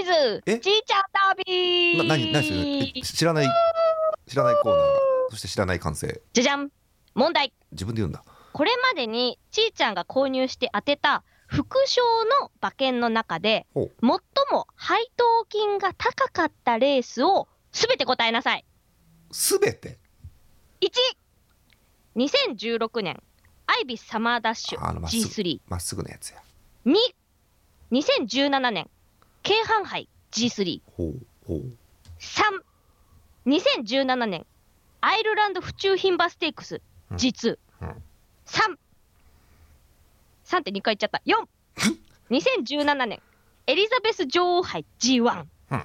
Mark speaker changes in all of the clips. Speaker 1: イズ
Speaker 2: え
Speaker 1: じいちゃんダービー
Speaker 2: な何何それえ知らない知らないコーナーそして知らない感性
Speaker 1: じゃじゃん問題
Speaker 2: 自分で言うんだ
Speaker 1: これまでにちいちゃんが購入して当てた副賞の馬券の中で
Speaker 2: ほう
Speaker 1: 最も配当金が高かったレースをすべて答えなさい
Speaker 2: すべて
Speaker 1: 12016年アイビスサマーダッシュ
Speaker 2: あのまっすぐ
Speaker 1: G3
Speaker 2: まっすぐのやつや
Speaker 1: 22017年京阪杯 G3
Speaker 2: ほうほう
Speaker 1: 32017年アイルランド府中牝馬ステークス G23、
Speaker 2: うん
Speaker 1: 3って2回言っちゃった42017年エリザベス女王杯 G15、
Speaker 2: うん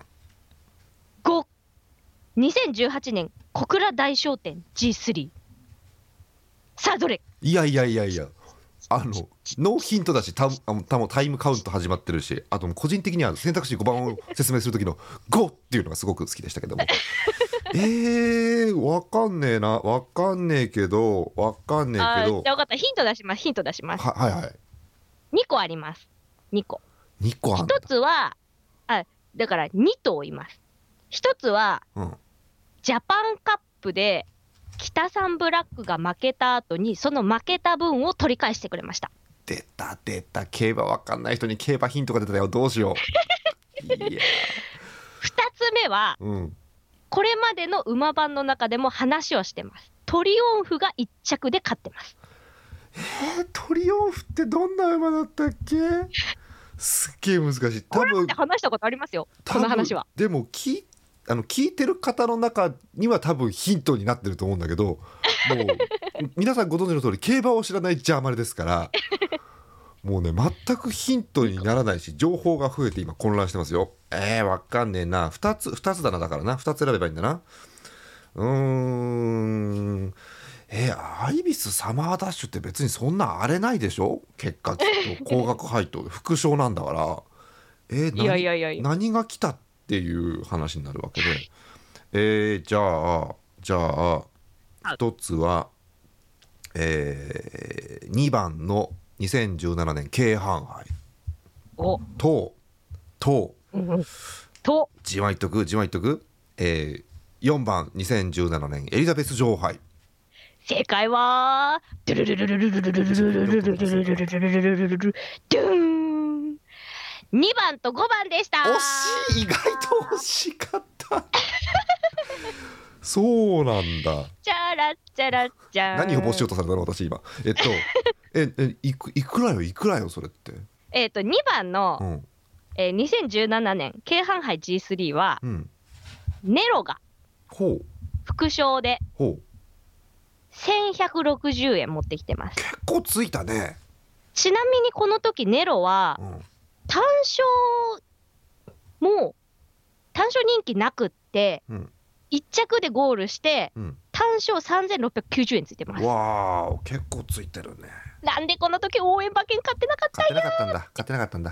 Speaker 1: 2018年小倉大商店 G3 さあどれ
Speaker 2: いやいやいやいやあのノーヒントだしタあの多分タイムカウント始まってるしあともう個人的には選択肢5番を 説明する時の「5」っていうのがすごく好きでしたけど もえー、わかんねえなわかんねえけどわかんねえ
Speaker 1: あ
Speaker 2: け
Speaker 1: ー
Speaker 2: ど
Speaker 1: じゃあ分かったヒント出しますヒント出します
Speaker 2: ははいはい
Speaker 1: 2個あります2個
Speaker 2: 2個あんだ
Speaker 1: 1つはあだから2頭います1つは
Speaker 2: うん
Speaker 1: ジャパンカップで北サンブラックが負けた後にその負けた分を取り返してくれました
Speaker 2: 出た出た競馬わかんない人に競馬ヒントが出たよどうしよ ういや
Speaker 1: 2つ目は
Speaker 2: うん
Speaker 1: これまでの馬番の中でも話をしてますトリオンフが1着で勝ってます
Speaker 2: えートリオンフってどんな馬だったっけすっげえ難しい多
Speaker 1: これま
Speaker 2: 分
Speaker 1: で話したことありますよ
Speaker 2: 多
Speaker 1: こ
Speaker 2: 分
Speaker 1: の話は
Speaker 2: でも聞いあの聞いてる方の中には多分ヒントになってると思うんだけどもう皆さんご存知の通り競馬を知らないジャーマネですからもうね全くヒントにならないし情報が増えて今混乱してますよえー、わかんねえな2つ2つだなだからな2つ選べばいいんだなうーんえー、アイビスサマーダッシュって別にそんな荒れないでしょ結果きっと高額配当副賞なんだからえー、
Speaker 1: いやいやいやいや
Speaker 2: 何が来たっていう話になるわけで、えー、じゃあじゃあ
Speaker 1: あ
Speaker 2: 一つは、えー、2番の2017年京阪杯
Speaker 1: お、
Speaker 2: とと
Speaker 1: うんうんと
Speaker 2: 自慢言っとく自慢言っとく、えー、4番2017年エリザベス女王杯
Speaker 1: 正解はドゥルルルルルルルルルルルルルルルルルルルルルドゥーン2番と5番でした
Speaker 2: 惜しい意外と惜しかったそうなんだ
Speaker 1: チャラッチャラッチャー
Speaker 2: 何を募集とされたの私今えっとええいくいくらよいくらよそれって
Speaker 1: えっ、と2番
Speaker 2: う
Speaker 1: の、
Speaker 2: ん
Speaker 1: えー、2017年京阪杯 G3 は
Speaker 2: うん
Speaker 1: ネロが
Speaker 2: ほう
Speaker 1: 副賞で
Speaker 2: ほう
Speaker 1: 1160円持ってきてます
Speaker 2: 結構ついたね、
Speaker 1: ちなみにこの時ネロは
Speaker 2: うん、
Speaker 1: 単勝も単勝人気なくって、
Speaker 2: うん
Speaker 1: 一1着でゴールして、
Speaker 2: うん
Speaker 1: 単勝3690円ついてます
Speaker 2: わあ結構ついてるね
Speaker 1: なんでこの時応援馬券買ってなかった
Speaker 2: 買ってなかったんだ買ってな かったんだ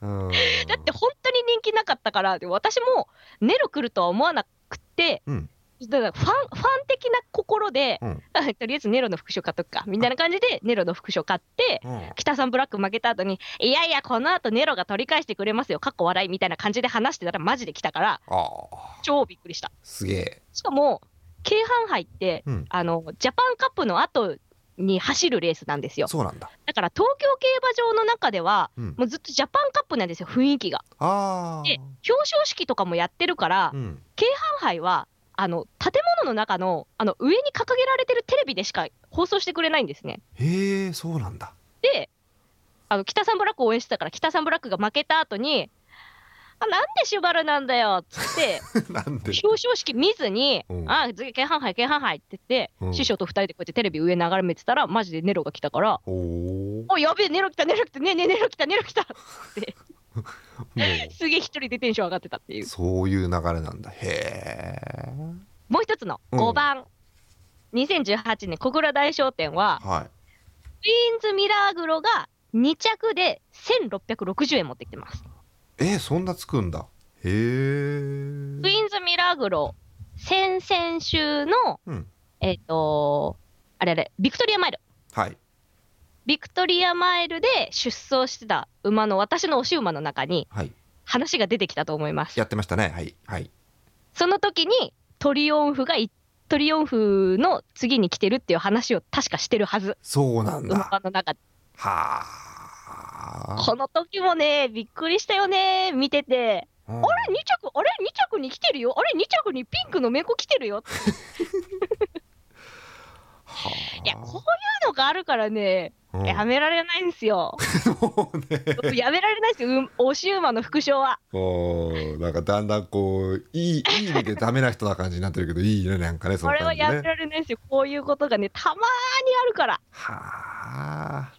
Speaker 2: うん
Speaker 1: だって本当に人気なかったからで私もネロ来るとは思わなくて、
Speaker 2: うん
Speaker 1: だからファンファン的な心で、
Speaker 2: うん
Speaker 1: とりあえずネロの副賞買っとくかみたいな感じでネロの副賞買って
Speaker 2: うん
Speaker 1: 北さんブラック負けた後にいやいやこの後ネロが取り返してくれますよかっこ笑いみたいな感じで話してたらマジで来たから
Speaker 2: ああ
Speaker 1: 超びっくりした
Speaker 2: すげえ
Speaker 1: しかも京阪杯って、
Speaker 2: うん
Speaker 1: あのジャパンカップの後に走るレースなんですよ
Speaker 2: そうなんだ
Speaker 1: だから東京競馬場の中では
Speaker 2: うん
Speaker 1: もうずっとジャパンカップなんですよ雰囲気が
Speaker 2: あ
Speaker 1: で
Speaker 2: あ
Speaker 1: 表彰式とかもやってるから、
Speaker 2: うん
Speaker 1: 上海はあの建物の中のあの上に掲げられてるテレビでしか放送してくれないんですね。
Speaker 2: へえそうなんだ
Speaker 1: であの北サンブラックを応援してたから北サンブラックが負けた後に「あなんでシュバルなんだよ」っつって
Speaker 2: なんで
Speaker 1: 表彰式見ずに「
Speaker 2: うん
Speaker 1: あ次京阪杯京阪杯」って言って、
Speaker 2: うん
Speaker 1: 師匠と二人でこうやってテレビ上眺めてたらマジでネロが来たから
Speaker 2: おお
Speaker 1: 「おいやべえネロ来たネロ来たねえねえネロ来たネロ来た」
Speaker 2: も
Speaker 1: すげえ一人でテンション上がってたっていう
Speaker 2: うそういう流れなんだへえ
Speaker 1: もう一つの
Speaker 2: うん
Speaker 1: 5番、2018年小倉大商店は
Speaker 2: はい
Speaker 1: ウィーンズ・ミラーグロが2着で1660円持ってきてます。
Speaker 2: えー、そんなつくんだへ
Speaker 1: ウ
Speaker 2: え
Speaker 1: ィーンズ・ミラーグロ、先々週の、
Speaker 2: うん
Speaker 1: えっ、とあれあれ、ビクトリアマイル。
Speaker 2: はい
Speaker 1: ビクトリアマイルで出走してた馬の私の推し馬の中に、
Speaker 2: はい
Speaker 1: 話が出てきたと思います。
Speaker 2: やってましたねはいはい
Speaker 1: その時にトリオンフがいトリオンフの次に来てるっていう話を確かしてるはず、
Speaker 2: そうなんだ
Speaker 1: 馬場の中で。
Speaker 2: はあ
Speaker 1: この時もね、びっくりしたよね、見てて。
Speaker 2: うん
Speaker 1: あれ、2着、あれ、2着に来てるよ、あれ、2着にピンクの猫来てるよ。
Speaker 2: はい
Speaker 1: や、こういうのがあるからね、
Speaker 2: あうん
Speaker 1: やめられないんです よ。
Speaker 2: もうね
Speaker 1: やめられないですよ、うん押し馬の副賞は。
Speaker 2: こうなんかだんだんこういいいい意味でダメな人な感じになってるけどいいねなんかねそ
Speaker 1: こ
Speaker 2: の
Speaker 1: れは
Speaker 2: 感じ
Speaker 1: やめ
Speaker 2: ね
Speaker 1: られないですよ、こういうことがね、たまーにあるから。
Speaker 2: はあ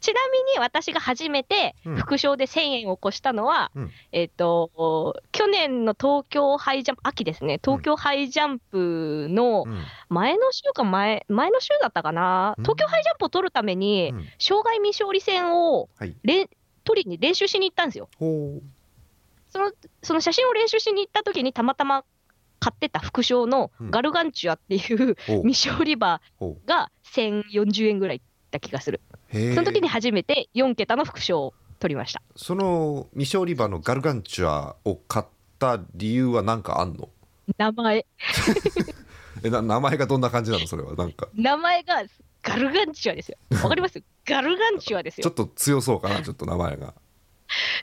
Speaker 1: ちなみに私が初めて
Speaker 2: うん
Speaker 1: 副賞で1000円を越したのは、
Speaker 2: うん
Speaker 1: えっ、と、去年の東京ハイジャンプ、秋ですね、東京ハイジャンプの
Speaker 2: うん
Speaker 1: 前の週か前、前の週だったかな、
Speaker 2: うん
Speaker 1: 東京ハイジャンプを取るために、
Speaker 2: うん
Speaker 1: 障害未勝利戦を
Speaker 2: はい
Speaker 1: れん取りに練習しに行ったんですよ。
Speaker 2: ほ
Speaker 1: そのその写真を練習しに行った時にたまたま買ってた副賞の
Speaker 2: うん
Speaker 1: ガルガンチュアっていう、
Speaker 2: うほう
Speaker 1: 未勝利馬
Speaker 2: ほう
Speaker 1: が1040円ぐらいだった気がする。
Speaker 2: へえ
Speaker 1: その時に初めて4桁の副賞を取りました。
Speaker 2: その未勝利馬のガルガンチュアを買った理由は何かあんの
Speaker 1: 名前、
Speaker 2: えな名前がどんな感じなのそれはなんか
Speaker 1: 名前がガルガンチュアですよ。わかります ガルガンチュアです
Speaker 2: ちょ
Speaker 1: よ
Speaker 2: っ。と強そうかなちょっと名前が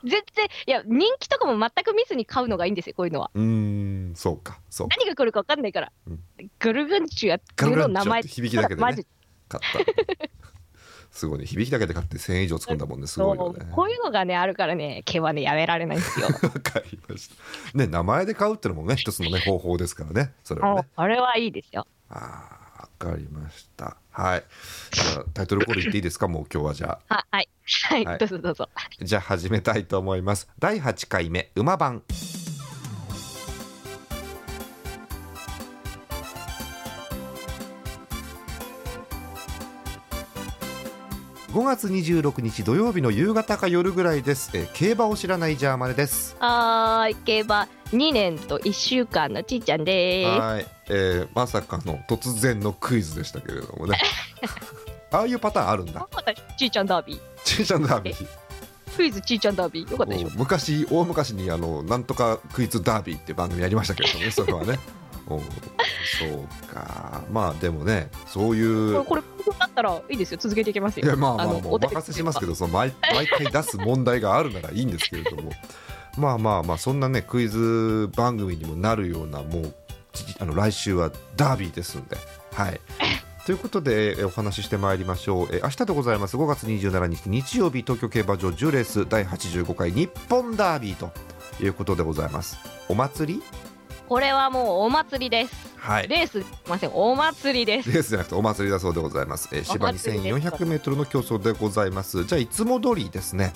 Speaker 1: 全然、いや、人気とかも全く見ずに買うのがいいんですよ、こういうのは。
Speaker 2: うーんそうかそうか
Speaker 1: 何が来るか分かんないから
Speaker 2: うん。
Speaker 1: ガルガンチュアっていうのを名前
Speaker 2: ガルガンチュアって響きだけでね
Speaker 1: マジ
Speaker 2: 買った すごいね響きだけで買って1000円以上突っ込んだもんねす
Speaker 1: そ
Speaker 2: ご
Speaker 1: う
Speaker 2: いよね
Speaker 1: こういうのがね、あるからね、毛はね、やめられないんですよ。
Speaker 2: わかりました。ね、名前で買うってのもね、一つのね、方法ですからね、それは
Speaker 1: も
Speaker 2: ね
Speaker 1: う。これはいいですよ。
Speaker 2: ああ、わかりました。はい。じゃあタイトルコール言っていいですか、もう今日はじゃあ。
Speaker 1: ははい、はい、
Speaker 2: はい
Speaker 1: どうぞどうぞ。
Speaker 2: じゃあ始めたいと思います。第8回目、馬番。5月26日土曜日の夕方か夜ぐらいです。えー競馬を知らないジャーマネです。
Speaker 1: はーい、競馬2年と1週間のちいちゃんでーす。
Speaker 2: はい、えーまさかの突然のクイズでしたけれどもね。ああいうパターンあるんだ。
Speaker 1: よかったでしょちいちゃんダービー。
Speaker 2: ちいちゃんダービー。
Speaker 1: クイズちいちゃんダービー。よかったでしょ
Speaker 2: お昔、大昔にあのなんとかクイズダービーって番組やりましたけれどもね、それはね。 おそうか、まあでもね、そういう。
Speaker 1: これ、これだったらいいですよ。続けていきます
Speaker 2: い
Speaker 1: よ。
Speaker 2: やまあまあ
Speaker 1: あ
Speaker 2: ま
Speaker 1: の
Speaker 2: あお任せしますけどその毎毎回出す問題があるならいいんですけれども まあまあまあそんなねクイズ番組にもなるようなもうちあの来週はダービーですんで はい。ということでえお話ししてまいりましょうえ明日でございます5月27日日曜日東京競馬場10レース第85回日本ダービーということでございますお祭り
Speaker 1: これはもうお祭りです。
Speaker 2: はい
Speaker 1: レース、すいません、お祭りです。
Speaker 2: レースじゃなくてお祭りだそうでございます、えー、芝
Speaker 1: お祭りです
Speaker 2: 2400m の競争でございますじゃあいつも通りですね、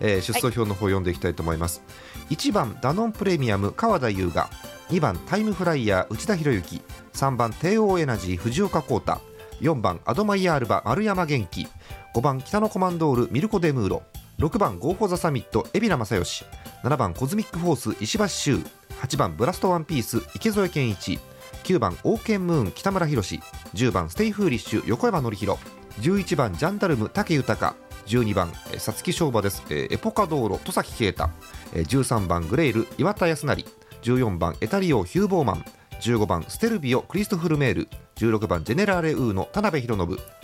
Speaker 2: えー出走表の方読んでいきたいと思います、1番ダノンプレミアム川田優雅2番タイムフライヤー内田博之3番帝王エナジー藤岡浩太4番アドマイヤールバ丸山元気5番北のコマンドールミルコ・デムーロ6番ゴーフォーザサミット海老名正義7番コズミックフォース石橋周8番ブラストワンピース池添健一9番オーケンムーン北村宏10番ステイフーリッシュ横山典弘11番ジャンダルム武豊12番えー皐月賞馬です、えーエポカドーロ戸崎啓太、えー13番グレイル岩田康成14番エタリオヒューボーマン15番ステルビオクリストフルメール16番ジェネラーレウーの田辺弘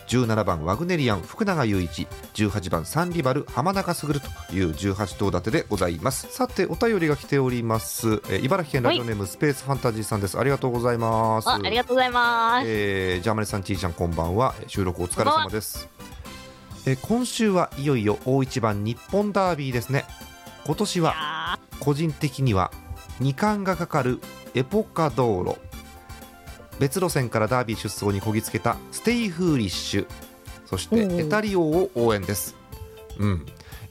Speaker 2: 信17番ワグネリアン福永雄一18番サンリバル浜中卓という18頭立てでございますさてお便りが来ております、えー茨城県ラジオネームスペースファンタジーさんですありがとうございます
Speaker 1: あ、ありがとうございます。
Speaker 2: えージャーマネさん、ちいちゃん、こんばんは。えー収録お疲れ様です。えー今週はいよいよ大一番日本ダービーですね。今年は
Speaker 1: あ
Speaker 2: 個人的には2冠がかかるエポカ道路別路線からダービー出走にこぎつけたステイフーリッシュそして
Speaker 1: おう
Speaker 2: エタリオを応援です、うん、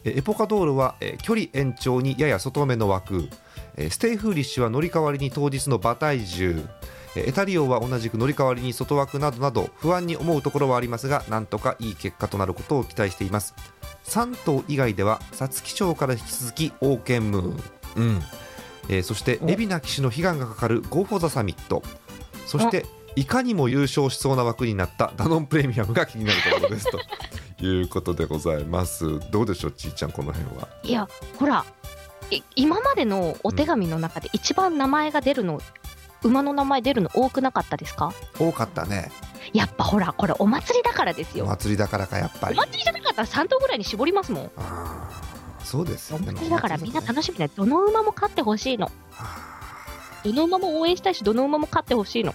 Speaker 2: えエポカ道路はえー距離延長にやや外目の枠えーステイフーリッシュは乗り換わりに当日の馬体重えーエタリオは同じく乗り換わりに外枠などなど不安に思うところはありますがなんとかいい結果となることを期待しています3頭以外では皐月賞から引き続き王ンムーン、うんえーそして
Speaker 1: お
Speaker 2: 海老名騎手の悲願がかかるゴーフォーザサミットそしていかにも優勝しそうな枠になったダノンプレミアムが気になると ころですということでございますどうでしょうちいちゃんこの辺は
Speaker 1: ーいや、ほら、い今までのお手紙の中で一番名前が出るの、馬の名前出るの多くなかったですか
Speaker 2: 多かったね
Speaker 1: やっぱほらこれお祭りだからです
Speaker 2: お
Speaker 1: よ、
Speaker 2: 祭りだからかやっぱ
Speaker 1: お
Speaker 2: り
Speaker 1: 祭りじゃなかったら3頭ぐらいに絞りますもん
Speaker 2: あーそうです
Speaker 1: お
Speaker 2: よね
Speaker 1: 祭りだからみんな
Speaker 2: し
Speaker 1: 楽しみだよどの馬も勝ってほしいのどの馬も応援したいしどの馬も勝ってほしいの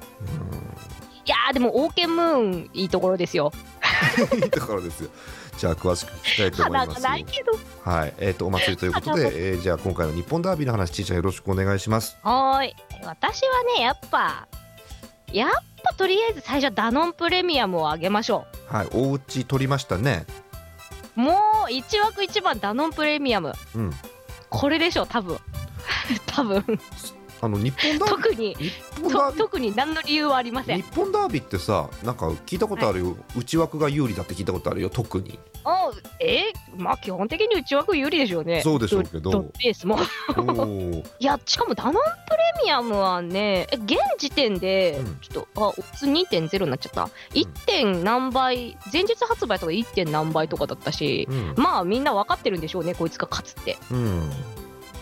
Speaker 1: いやーでもオーケンムーンいいところですよ
Speaker 2: いいところですよじゃあ詳しく聞きたいと思
Speaker 1: 花
Speaker 2: いま
Speaker 1: が
Speaker 2: す
Speaker 1: ないけど
Speaker 2: はいえー、とお祭りということで、えーじゃあ今回の日本ダービーの話ちいちゃんよろしくお願いします
Speaker 1: はーい私はねやっぱやっぱとりあえず最初はダノンプレミアムをあげましょ
Speaker 2: はいお家取りましたね
Speaker 1: うもう1枠1番ダノンプレミアム
Speaker 2: うん
Speaker 1: これでしょ多分 多分
Speaker 2: あの日本ダービ
Speaker 1: 特に
Speaker 2: ー日本ダー
Speaker 1: と
Speaker 2: ビー
Speaker 1: 特に何の理由はありません
Speaker 2: 日本ダービーってさなんか聞いたことあるよ、内枠が有利だって聞いたことあるよ特に
Speaker 1: おえーまあ基本的に内枠有利でしょうね
Speaker 2: そうでしょうけど
Speaker 1: ドッレースも
Speaker 2: おー
Speaker 1: いやしかもダノンプレミアムはねえ現時点で、
Speaker 2: うん
Speaker 1: ちょっとあオッズ2.0になっちゃった 1. 点何倍前日発売とか 1. 点何倍とかだったし
Speaker 2: うん
Speaker 1: まあみんな分かってるんでしょうねこいつが勝つって
Speaker 2: うん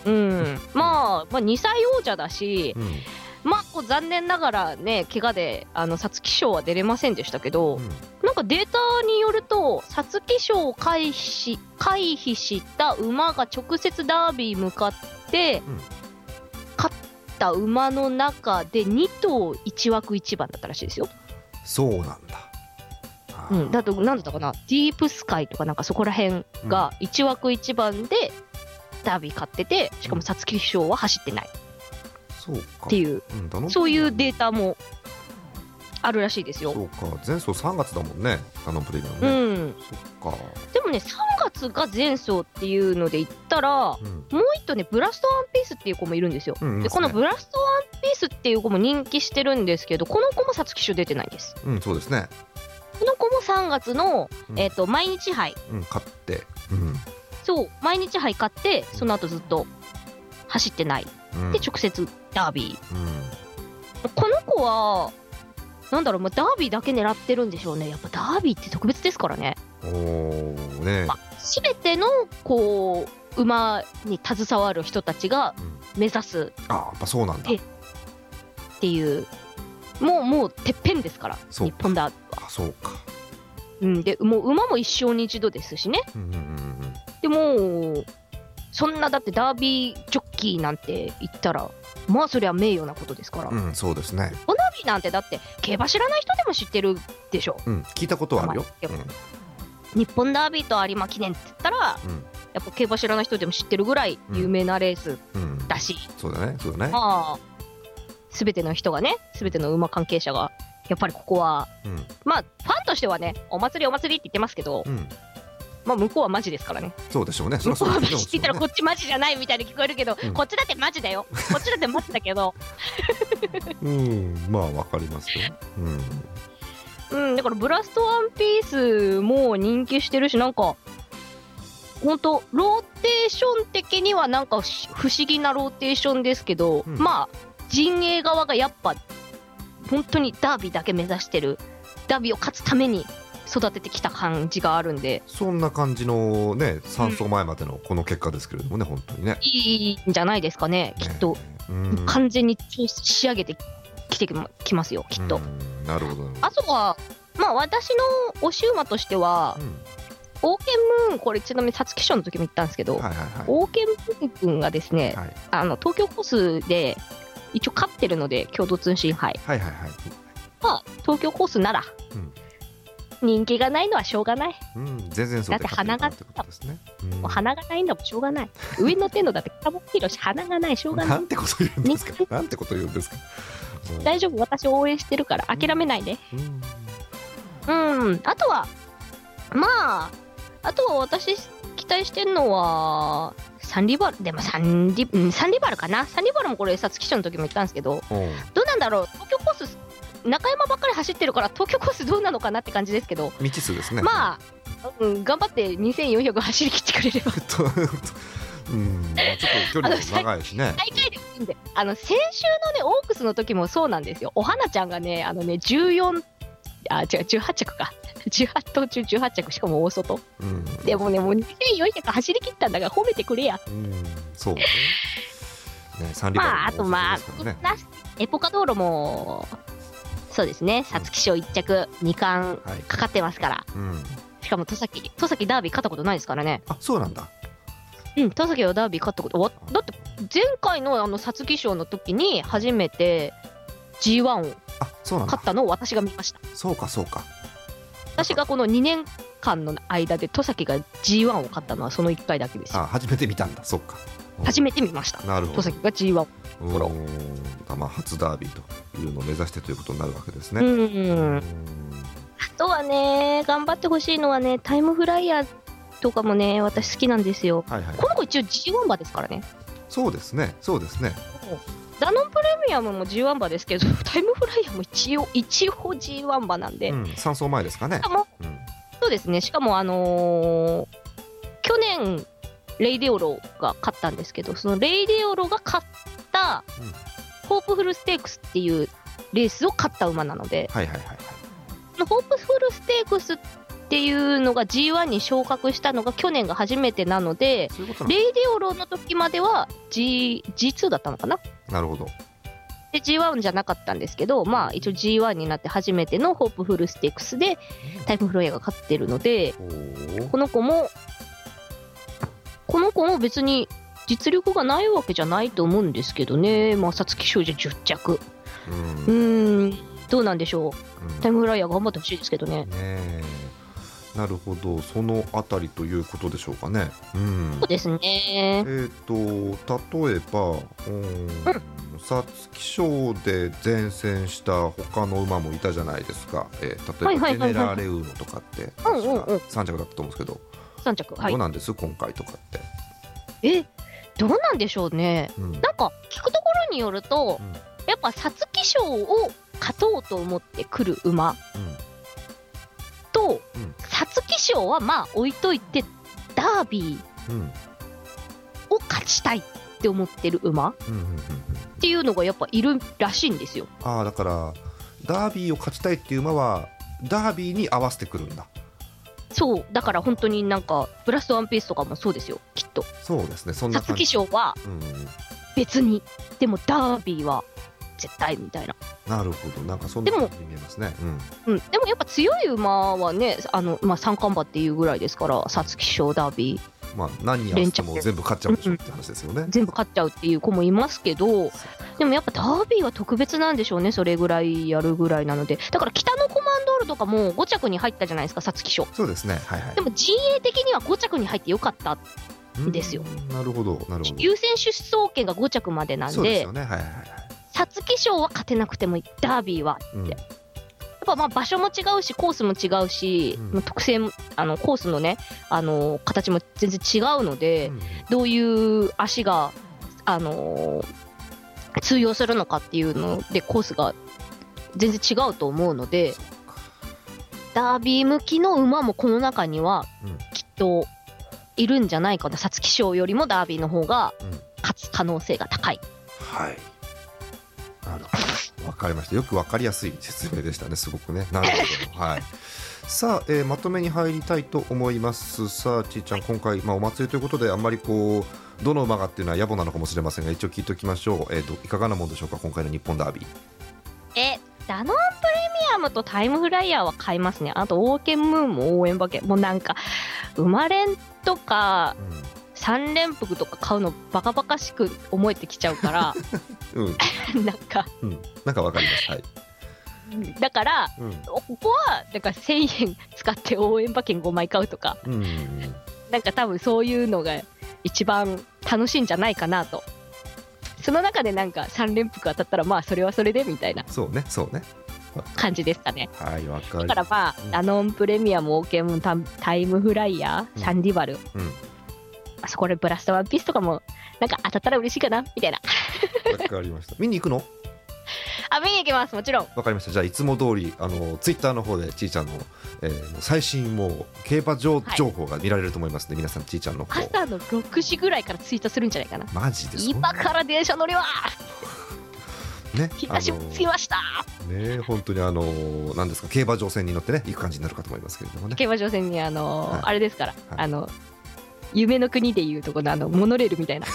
Speaker 1: うんまあ、まあ、2歳王者だし
Speaker 2: うん
Speaker 1: まあこう残念ながらね怪我であの皐月賞は出れませんでしたけど、
Speaker 2: うん
Speaker 1: なんかデータによると、皐月賞を回避し回避した馬が直接ダービー向かって、
Speaker 2: うん
Speaker 1: 勝った馬の中で2頭1枠1番だったらしいですよ。
Speaker 2: そうなんだ。
Speaker 1: うん、だと、なんだったかな、ディープスカイとかなんかそこら辺が1枠1番でダービー勝ってて、しかも皐月賞は走ってないっ
Speaker 2: そうか。
Speaker 1: ていう、
Speaker 2: うんだの
Speaker 1: そういうデータもあるらしいですよ。
Speaker 2: そうか。前走3月だもんね。ダノンプレミアム
Speaker 1: う
Speaker 2: ね。
Speaker 1: ん、
Speaker 2: そっか。
Speaker 1: でもね、3月が前走っていうので言ったら、
Speaker 2: うん。
Speaker 1: もう一頭ね、ブラストワンピースっていう子もいるんですよ。
Speaker 2: うん。
Speaker 1: で、この
Speaker 2: 分。
Speaker 1: ブラストワンピースっていう子も人気してるんですけど、この子も皐月賞出てないんです。
Speaker 2: うん、そうですね。
Speaker 1: この子も3月の
Speaker 2: う、ん
Speaker 1: えっ、と、毎日杯。
Speaker 2: うん、勝って。うん。
Speaker 1: そう、毎日杯買って、その後ずっと走ってない。
Speaker 2: うん
Speaker 1: で、直接ダービ
Speaker 2: うん
Speaker 1: ー。この子は、なんだろう、まあ、ダービーだけ狙ってるんでしょうね。やっぱダービーって特別ですからね。
Speaker 2: おーね
Speaker 1: ま。あ、すべての、こう、馬に携わる人たちが
Speaker 2: うん
Speaker 1: 目指す
Speaker 2: あ、やっぱそうなんだ
Speaker 1: え。っていう、もう、もう、てっぺんですから、
Speaker 2: そう
Speaker 1: 日本ダービー。
Speaker 2: あ、そうか。
Speaker 1: うん、でもう馬も一生に一度ですしね
Speaker 2: うんうんうんうん。
Speaker 1: でもそんなだってダービージョッキーなんて言ったらまあそりゃ名誉なことですから、ダー
Speaker 2: うん、そうですね。
Speaker 1: ビーなんてだって競馬知らない人でも知ってるでしょ
Speaker 2: うん、聞いたことはあるよ。
Speaker 1: まあ
Speaker 2: うん
Speaker 1: 日本ダービーと有馬記念って言ったら
Speaker 2: うん
Speaker 1: やっぱ競馬知らない人でも知ってるぐらい有名なレース
Speaker 2: うん。
Speaker 1: だし、
Speaker 2: そうだね。そうだね。
Speaker 1: まあ全ての人がね全ての馬関係者がやっぱりここは
Speaker 2: うん。
Speaker 1: まあファンとしてはねお祭りお祭りって言ってますけど、
Speaker 2: うん。
Speaker 1: まあ向こうはマジですからね
Speaker 2: そうでしょうね。そ
Speaker 1: 向
Speaker 2: りゃ
Speaker 1: こ
Speaker 2: そうう
Speaker 1: は
Speaker 2: で
Speaker 1: マ
Speaker 2: しょ
Speaker 1: ジって
Speaker 2: うね
Speaker 1: 言ったらこっちマジじゃないみたいに聞こえるけど、
Speaker 2: うん
Speaker 1: こっちだってマジだよこっちだってマジだけど
Speaker 2: うん、まあわかりますよ。うん。
Speaker 1: うんだからブラストワンピースも人気してるしなんかほんとローテーション的にはなんかし不思議なローテーションですけど、
Speaker 2: うん
Speaker 1: まあ陣営側がやっぱ本当にダービーだけ目指してるダービーを勝つために育ててきた感じがあるんで
Speaker 2: そんな感じのね3走前までのこの結果ですけれどもね、本当にね。
Speaker 1: いいんじゃないですかねきっと、
Speaker 2: うん
Speaker 1: 完全に仕上げてきてきますよきっと。
Speaker 2: うんなるほどなるほど。
Speaker 1: あとは、まあ、私の押し馬としては、オーケンムーン、これちなみに皐月賞の時も言ったんですけ
Speaker 2: う
Speaker 1: ど、
Speaker 2: ん、はいはいはい。
Speaker 1: オーケンムーン君がですね、
Speaker 2: はい
Speaker 1: あの東京コースで一応勝ってるので、共同通信杯、
Speaker 2: はいはいはい。
Speaker 1: まあ、東京コースなら、
Speaker 2: うん
Speaker 1: 人気がないのはしょうがない、
Speaker 2: うん、全然そう
Speaker 1: だって鼻が
Speaker 2: ってことですね。うん
Speaker 1: もう鼻がないのもしょうがない、上に乗ってんのだって、カボキロし、鼻がない、しょうがな。
Speaker 2: ないんてこと言うんですか
Speaker 1: ね。
Speaker 2: なんてこと言うんですか。もう
Speaker 1: 大丈夫私応援してるから諦めないで
Speaker 2: うん
Speaker 1: うんあとはまああとは私期待してるのはサンリバルでもサンリうんサンリバルかなサンリバルもこれ皐月賞の時も言ったんですけど
Speaker 2: うん
Speaker 1: どうなんだろう東京コース中山ばっかり走ってるから東京コースどうなのかなって感じですけど
Speaker 2: 未知数ですね。あ。
Speaker 1: まあ、うん、頑張って2400走り切ってくれれば
Speaker 2: うん、まあちょっと距離も長いしね。
Speaker 1: 大会でもいいんであの先週のねオークスの時もそうなんですよお花ちゃんがねあのね14あ違う18着か18頭中18着しかも大外
Speaker 2: うん
Speaker 1: でもねもう2400走り切ったんだから褒めてくれや
Speaker 2: うんそうねねサンリバル
Speaker 1: まああとまあ
Speaker 2: ですからね
Speaker 1: ラスエポカ道路もそうですね皐月賞1着2冠
Speaker 2: はい
Speaker 1: かかってますから
Speaker 2: うん
Speaker 1: しかも戸崎戸崎ダービー勝ったことないですからね
Speaker 2: あそうなんだ
Speaker 1: うん戸崎はダービー勝ったことわだって前回のあの皐月賞の時に初めて G1 を
Speaker 2: あそうなんだ
Speaker 1: 勝ったのを私が見ました
Speaker 2: そうかそうか
Speaker 1: 私がこの2年間の間で戸崎が G1 を勝ったのはその1回だけですよ
Speaker 2: あ初めて見たんだそっか
Speaker 1: 初めて見ました
Speaker 2: なるほ
Speaker 1: 戸
Speaker 2: ど
Speaker 1: 崎が G1
Speaker 2: うーんまあ初ダービーというのを目指してということになるわけです
Speaker 1: う
Speaker 2: ね。
Speaker 1: ん
Speaker 2: う
Speaker 1: あとはね頑張ってほしいのはねタイムフライヤーとかもね私好きなんですよ
Speaker 2: はいはい。
Speaker 1: この子一応 G1 馬ですからね
Speaker 2: そうですね。そうですね。
Speaker 1: ダノンプレミアムも G1 馬ですけど タイムフライヤーも一応一応 G1 馬なんで、
Speaker 2: うん、三走前ですかね
Speaker 1: しか。も
Speaker 2: うん、
Speaker 1: そうですねしかもあのー去年レイデオロが勝ったんですけどそのレイデオロが勝った
Speaker 2: うん
Speaker 1: ホープフルステークスっていうレースを勝った馬なので
Speaker 2: はいはいはいはい。
Speaker 1: そのホープフルステークスっていうのが G1 に昇格したのが去年が初めてなので
Speaker 2: そういうことなん
Speaker 1: レイデオロの時までは、G、G2 だったのかな
Speaker 2: なるほど。
Speaker 1: で G1 じゃなかったんですけど、まあ、一応 G1 になって初めてのホープフルステークスでタイムフロイヤーが勝ってるので
Speaker 2: おー
Speaker 1: この子もこの子も別に実力がないわけじゃないと思うんですけどねまあ皐月賞じゃ10着
Speaker 2: うん
Speaker 1: う
Speaker 2: うん
Speaker 1: ーんどうなんでしょうタイ
Speaker 2: ね
Speaker 1: ムフライヤー頑張ってほしいですけどね
Speaker 2: えなるほどそのあたりということでしょうかね。うん
Speaker 1: そう。ですね
Speaker 2: えー、と例えばうーん皐月賞で前線した他の馬もいたじゃないですか、えー
Speaker 1: は
Speaker 2: 例え
Speaker 1: い
Speaker 2: ば
Speaker 1: はい
Speaker 2: ジェ
Speaker 1: はいはい
Speaker 2: ネラーレウーノとかって
Speaker 1: うんうんうん
Speaker 2: 3着だったと思うんですけど、
Speaker 1: 3着は
Speaker 2: ど
Speaker 1: いう
Speaker 2: なんです今回とかって、
Speaker 1: えどうなんでしょうね
Speaker 2: うん
Speaker 1: なんか聞くところによると
Speaker 2: うん
Speaker 1: やっぱ皐月賞を勝とうと思ってくる馬と
Speaker 2: うん
Speaker 1: 皐月賞はまあ置いといてダービ
Speaker 2: うんうん
Speaker 1: ーを勝ちたいって思ってる馬っ
Speaker 2: うんうんうんうん
Speaker 1: ていうのがやっぱいるらしいんですよ。
Speaker 2: ああだからダービーを勝ちたいっていう馬はダービーに合わせてくるんだ
Speaker 1: そうだから本当になんかブラストワンピースとかもそうですよきっと
Speaker 2: そうですねそん
Speaker 1: 皐
Speaker 2: な感
Speaker 1: 月
Speaker 2: じ、
Speaker 1: 賞は
Speaker 2: うんうん、
Speaker 1: 別にでもダービーは絶対みたいな、
Speaker 2: なるほどなんかそんな
Speaker 1: でも
Speaker 2: 感じに見えますね、うん、
Speaker 1: うん、でもやっぱ強い馬はねあの、まあ、三冠馬っていうぐらいですから皐月賞ダービー
Speaker 2: まあ何に合わせても全部勝っちゃうんでしょうって話ですよね、
Speaker 1: 全部勝っちゃうっていう子もいますけどでもやっぱダービーは特別なんでしょうねそれぐらいやるぐらいなのでだから北のコマンドールとかも5着に入ったじゃないですか皐月賞
Speaker 2: そうですねはいはい
Speaker 1: でも陣営的には5着に入ってよかった
Speaker 2: うん
Speaker 1: ですよ。
Speaker 2: なるほど、なるほど。
Speaker 1: 優先出走権が5着までなん
Speaker 2: そうです
Speaker 1: で
Speaker 2: よね、はいはいはいはい。
Speaker 1: 皐月賞は勝てなくてもダービーは
Speaker 2: うん
Speaker 1: でやっぱまあ場所も違うしコースも違うし、
Speaker 2: うん
Speaker 1: まあ特性もあのコースのねあの形も全然違うので、
Speaker 2: うん
Speaker 1: どういう足があのー通用するのかっていうのでコースが全然違うと思うので
Speaker 2: そっか
Speaker 1: ダービー向きの馬もこの中には
Speaker 2: うん
Speaker 1: きっといるんじゃないかな皐月賞よりもダービーの方が
Speaker 2: うん
Speaker 1: 勝つ可能性が高い。
Speaker 2: はい。なるほど。わかりました。よくわかりやすい説明でしたね。すごくね。なるほど。はい。さあ、えーまとめに入りたいと思います。さあ、ちーちゃん、今回、まあ、お祭りということで、あんまりこう。どの馬がっていうのは野暮なのかもしれませんが、一応聞いておきましょう。えっ、と、いかがなもんでしょうか。今回の日本ダービー。
Speaker 1: えダノンプレミアムとタイムフライヤーは買いますねあとオーケンムーンも応援馬券もうなんか馬連とか三連服とか買うのバカバカしく思えてきちゃうから
Speaker 2: うん。うん。
Speaker 1: なんか
Speaker 2: うん。なんかわかります。はい。
Speaker 1: だから
Speaker 2: うん。
Speaker 1: ここはだから1000円使って応援馬券5枚買うとか
Speaker 2: うんうんうん。
Speaker 1: なんか多分そういうのが一番楽しいんじゃないかなとその中でなんか3連服当たったらまあそれはそれでみたいな
Speaker 2: そうね。そうね。
Speaker 1: 感じですかね
Speaker 2: はい、わかり
Speaker 1: だからまあ、
Speaker 2: うん
Speaker 1: ダノンプレミアム、オーケームタ、タイムフライヤ
Speaker 2: う
Speaker 1: ー、
Speaker 2: ん
Speaker 1: サンディバル、
Speaker 2: うん
Speaker 1: あそこでブラストワンピースとかも、なんか当たったら嬉しいかなみたいな。
Speaker 2: わかりました。見 に行くの
Speaker 1: あ、見に行きます、もちろん。
Speaker 2: わかりました。じゃあいつも通りあのツイッターの方でちーちゃんの、えー最新もう競馬情
Speaker 1: はい
Speaker 2: 情報が見られると思いますので、皆さんちーちゃんの方
Speaker 1: 朝の6時ぐらいからツイートするんじゃないかな。
Speaker 2: マジです
Speaker 1: 今から電車乗りは
Speaker 2: ね
Speaker 1: 日差し
Speaker 2: あの
Speaker 1: つきました、
Speaker 2: ね本当にあのなんですか競馬場線に乗ってね行く感じになるかと思いますけれど もね
Speaker 1: 競馬場線にあのー
Speaker 2: はい
Speaker 1: あれですから、あの夢の国でいうとこのあのモノレールみたいな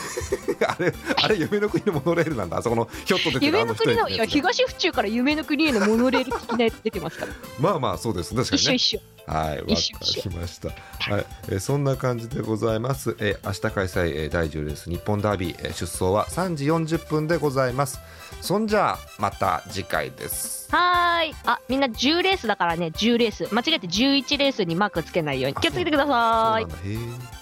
Speaker 2: あれあれ夢の国のモノレールなん だあそこのひょっと出てる
Speaker 1: 夢
Speaker 2: あ
Speaker 1: の
Speaker 2: の
Speaker 1: 国
Speaker 2: 人
Speaker 1: のいや東府中から夢の国へのモノレール的なやつ出て ますから
Speaker 2: まあまあそうです確か
Speaker 1: 一
Speaker 2: に
Speaker 1: 緒一
Speaker 2: ね
Speaker 1: 緒
Speaker 2: はいわか
Speaker 1: 一緒一緒
Speaker 2: りましたはい、えーそんな感じでございます、えー明日開催、えー第10レース日本ダービー、えー出走は3時40分でございますそんじゃあまた次回です
Speaker 1: はーいあみんな10レースだからね10レース間違えて11レースにマークつけないように気をつけてください
Speaker 2: そうなんだへー